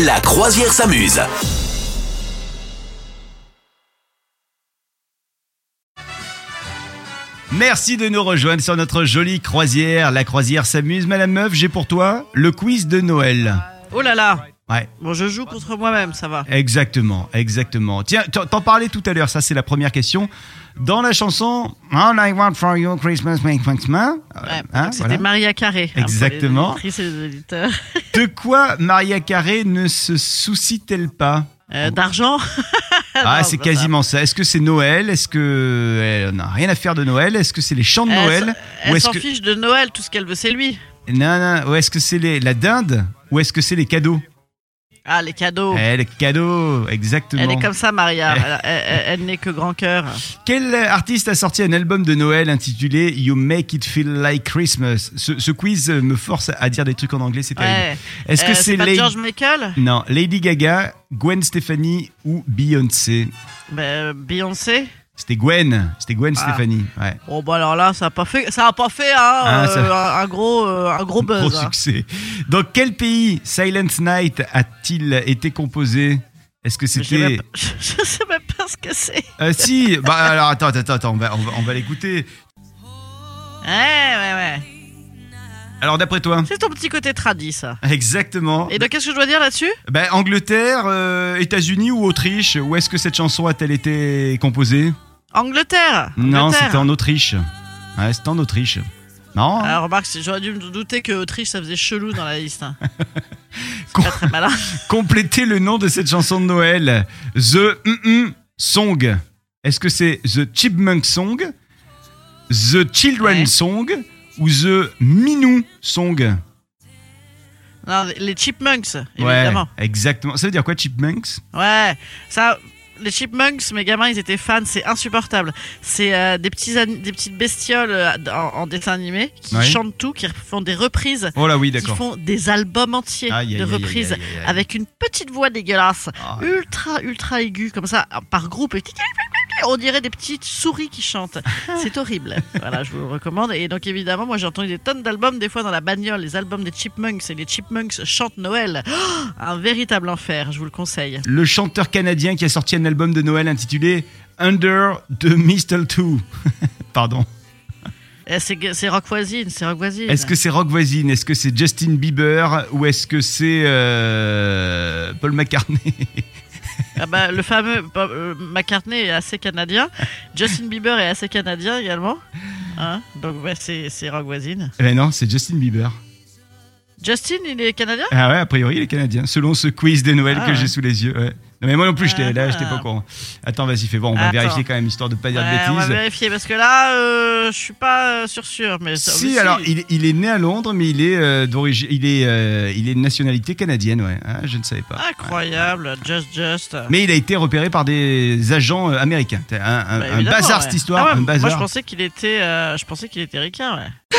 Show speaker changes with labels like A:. A: La croisière s'amuse.
B: Merci de nous rejoindre sur notre jolie croisière. La croisière s'amuse. Madame Meuf, j'ai pour toi le quiz de Noël.
C: Oh là là
B: Ouais,
C: Bon, je joue contre moi-même, ça va.
B: exactement, exactement. Tiens, t'en t'en parlais tout à l'heure, ça c'est la première question. Dans la chanson All I Want for You Christmas Make Christmas, euh,
C: Ouais,
B: hein,
C: donc C'était
B: voilà.
C: Maria Carré. hein, pour
B: Exactement.
C: les auditrices et les auditeurs.
B: de quoi Maria Carré ne se soucie-t-elle pas
C: Euh, D'argent
B: Ah,
C: Non,
B: c'est
C: bah,
B: quasiment ça. Est-ce que c'est Noël Est-ce que elle n'a rien à faire de Noël Est-ce que c'est les chants de
C: Elle s'en-
B: Noël Ou
C: Elle
B: est-ce
C: s'en
B: que
C: fiche de Noël, tout ce qu'elle veut, c'est lui.
B: non, non, ou est-ce que c'est les- la dinde Ou est-ce que c'est les cadeaux
C: Ah, les cadeaux.
B: Eh, les cadeaux, exactement.
C: Elle est comme ça, Maria. Elle, elle- elle- elle n'est que grand cœur.
B: Quel artiste a sorti un album de Noël intitulé You Make It Feel Like Christmas ce, ce quiz me force à dire des trucs en anglais, c'est terrible.
C: Ouais.
B: Est-ce que
C: Euh,
B: c'est
C: pas
B: Lady...
C: George Michael
B: Non, Lady Gaga, Gwen Stefani ou Beyoncé
C: Ben, Beyoncé
B: C'était Gwen, c'était Gwen
C: Ah.
B: Stefani. Ouais.
C: Bon, bah alors là, ça n'a pas fait, ça a pas fait hein,
B: Ah,
C: euh, un, un gros, euh, un gros buzz.
B: Gros
C: hein.
B: succès. Dans quel pays Silent Night a-t-il été composé Est-ce que
C: Je sais
B: c'était...
C: même pas- je sais même pas ce que c'est.
B: Euh, si, bah alors attends, attends, attends, on va, on va, on va l'écouter.
C: Ouais, ouais, ouais.
B: Alors d'après toi
C: C'est ton petit côté tradit, ça.
B: Exactement.
C: Et donc, qu'est-ce que je dois dire là-dessus
B: Ben, Angleterre, euh, États-Unis ou Autriche Où est-ce que cette chanson a-t-elle été composée
C: Angleterre
B: Non,
C: Angleterre.
B: c'était en Autriche. Ouais, c'était en Autriche. Non hein
C: Alors, Ah, remarque, j'aurais dû me douter que Autriche, ça faisait chelou dans la liste. hein. C'est
B: Con-
C: pas très malin.
B: Complétez le nom de cette chanson de Noël. The Mm-Mm Song. Est-ce que c'est The Chipmunk Song The Children
C: Ouais.
B: Song Ou The Minou Song
C: Non, les Chipmunks, évidemment.
B: Ouais, exactement. Ça veut dire quoi, Chipmunks
C: Ouais. Ça, les Chipmunks, mes gamins, ils étaient fans, c'est insupportable. C'est euh, des, petits ani- des petites bestioles euh, en, en dessin animé qui
B: Ouais.
C: chantent tout, qui font des reprises,
B: Oh là oui,
C: qui
B: d'accord.
C: font des albums entiers
B: Aïe, aïe,
C: de
B: aïe, aïe,
C: reprises.
B: aïe, aïe, aïe.
C: Avec une petite voix dégueulasse,
B: Ah,
C: ultra ultra aiguë, comme ça, par groupe. et On dirait des petites souris qui chantent.
B: Ah.
C: C'est horrible. Voilà, je vous le recommande. Et donc, évidemment, moi, j'ai entendu des tonnes d'albums, des fois dans la bagnole, les albums des Chipmunks. Et les Chipmunks chantent Noël. Oh, un véritable enfer, je vous le conseille.
B: le chanteur canadien qui a sorti un album de Noël intitulé Under the Mistletoe. Pardon.
C: Eh, C'est c'est rock voisine, c'est rock voisine.
B: Est-ce que c'est Rock Voisine Est-ce que c'est Justin Bieber Ou est-ce que c'est euh, Paul McCartney
C: Ah bah, le fameux bah, euh, McCartney est assez canadien. Justin Bieber est assez canadien également. Hein donc, ouais, c'est c'est rock voisine.
B: Eh non, c'est Justin Bieber.
C: Justin, il est canadien
B: Ah ouais, a priori, il est canadien, selon ce quiz de Noël
C: Ah
B: que
C: ouais.
B: j'ai sous les yeux. ouais. Non, mais moi non plus, j'étais là,
C: Ah.
B: j'étais pas au courant. Attends, vas-y, fais voir, on va
C: Attends.
B: vérifier quand même, histoire de pas dire
C: Ouais,
B: de
C: On va
B: bêtises.
C: vérifier parce que là, euh, je suis pas euh, sûr sûr. Mais ça- mais
B: Si, alors il, il est né à Londres, mais il est euh, d'origine, il est, euh, il est de nationalité canadienne, ouais. Ah, je ne savais pas.
C: Incroyable, just just.
B: Mais il a été repéré par des agents euh, américains. C'est Un, un-
C: Bah,
B: un
C: évidemment,
B: bazar
C: ouais.
B: cette histoire,
C: Ah ouais,
B: un bazar.
C: Moi, je pensais qu'il était, euh, je pensais qu'il était ricain. Ouais.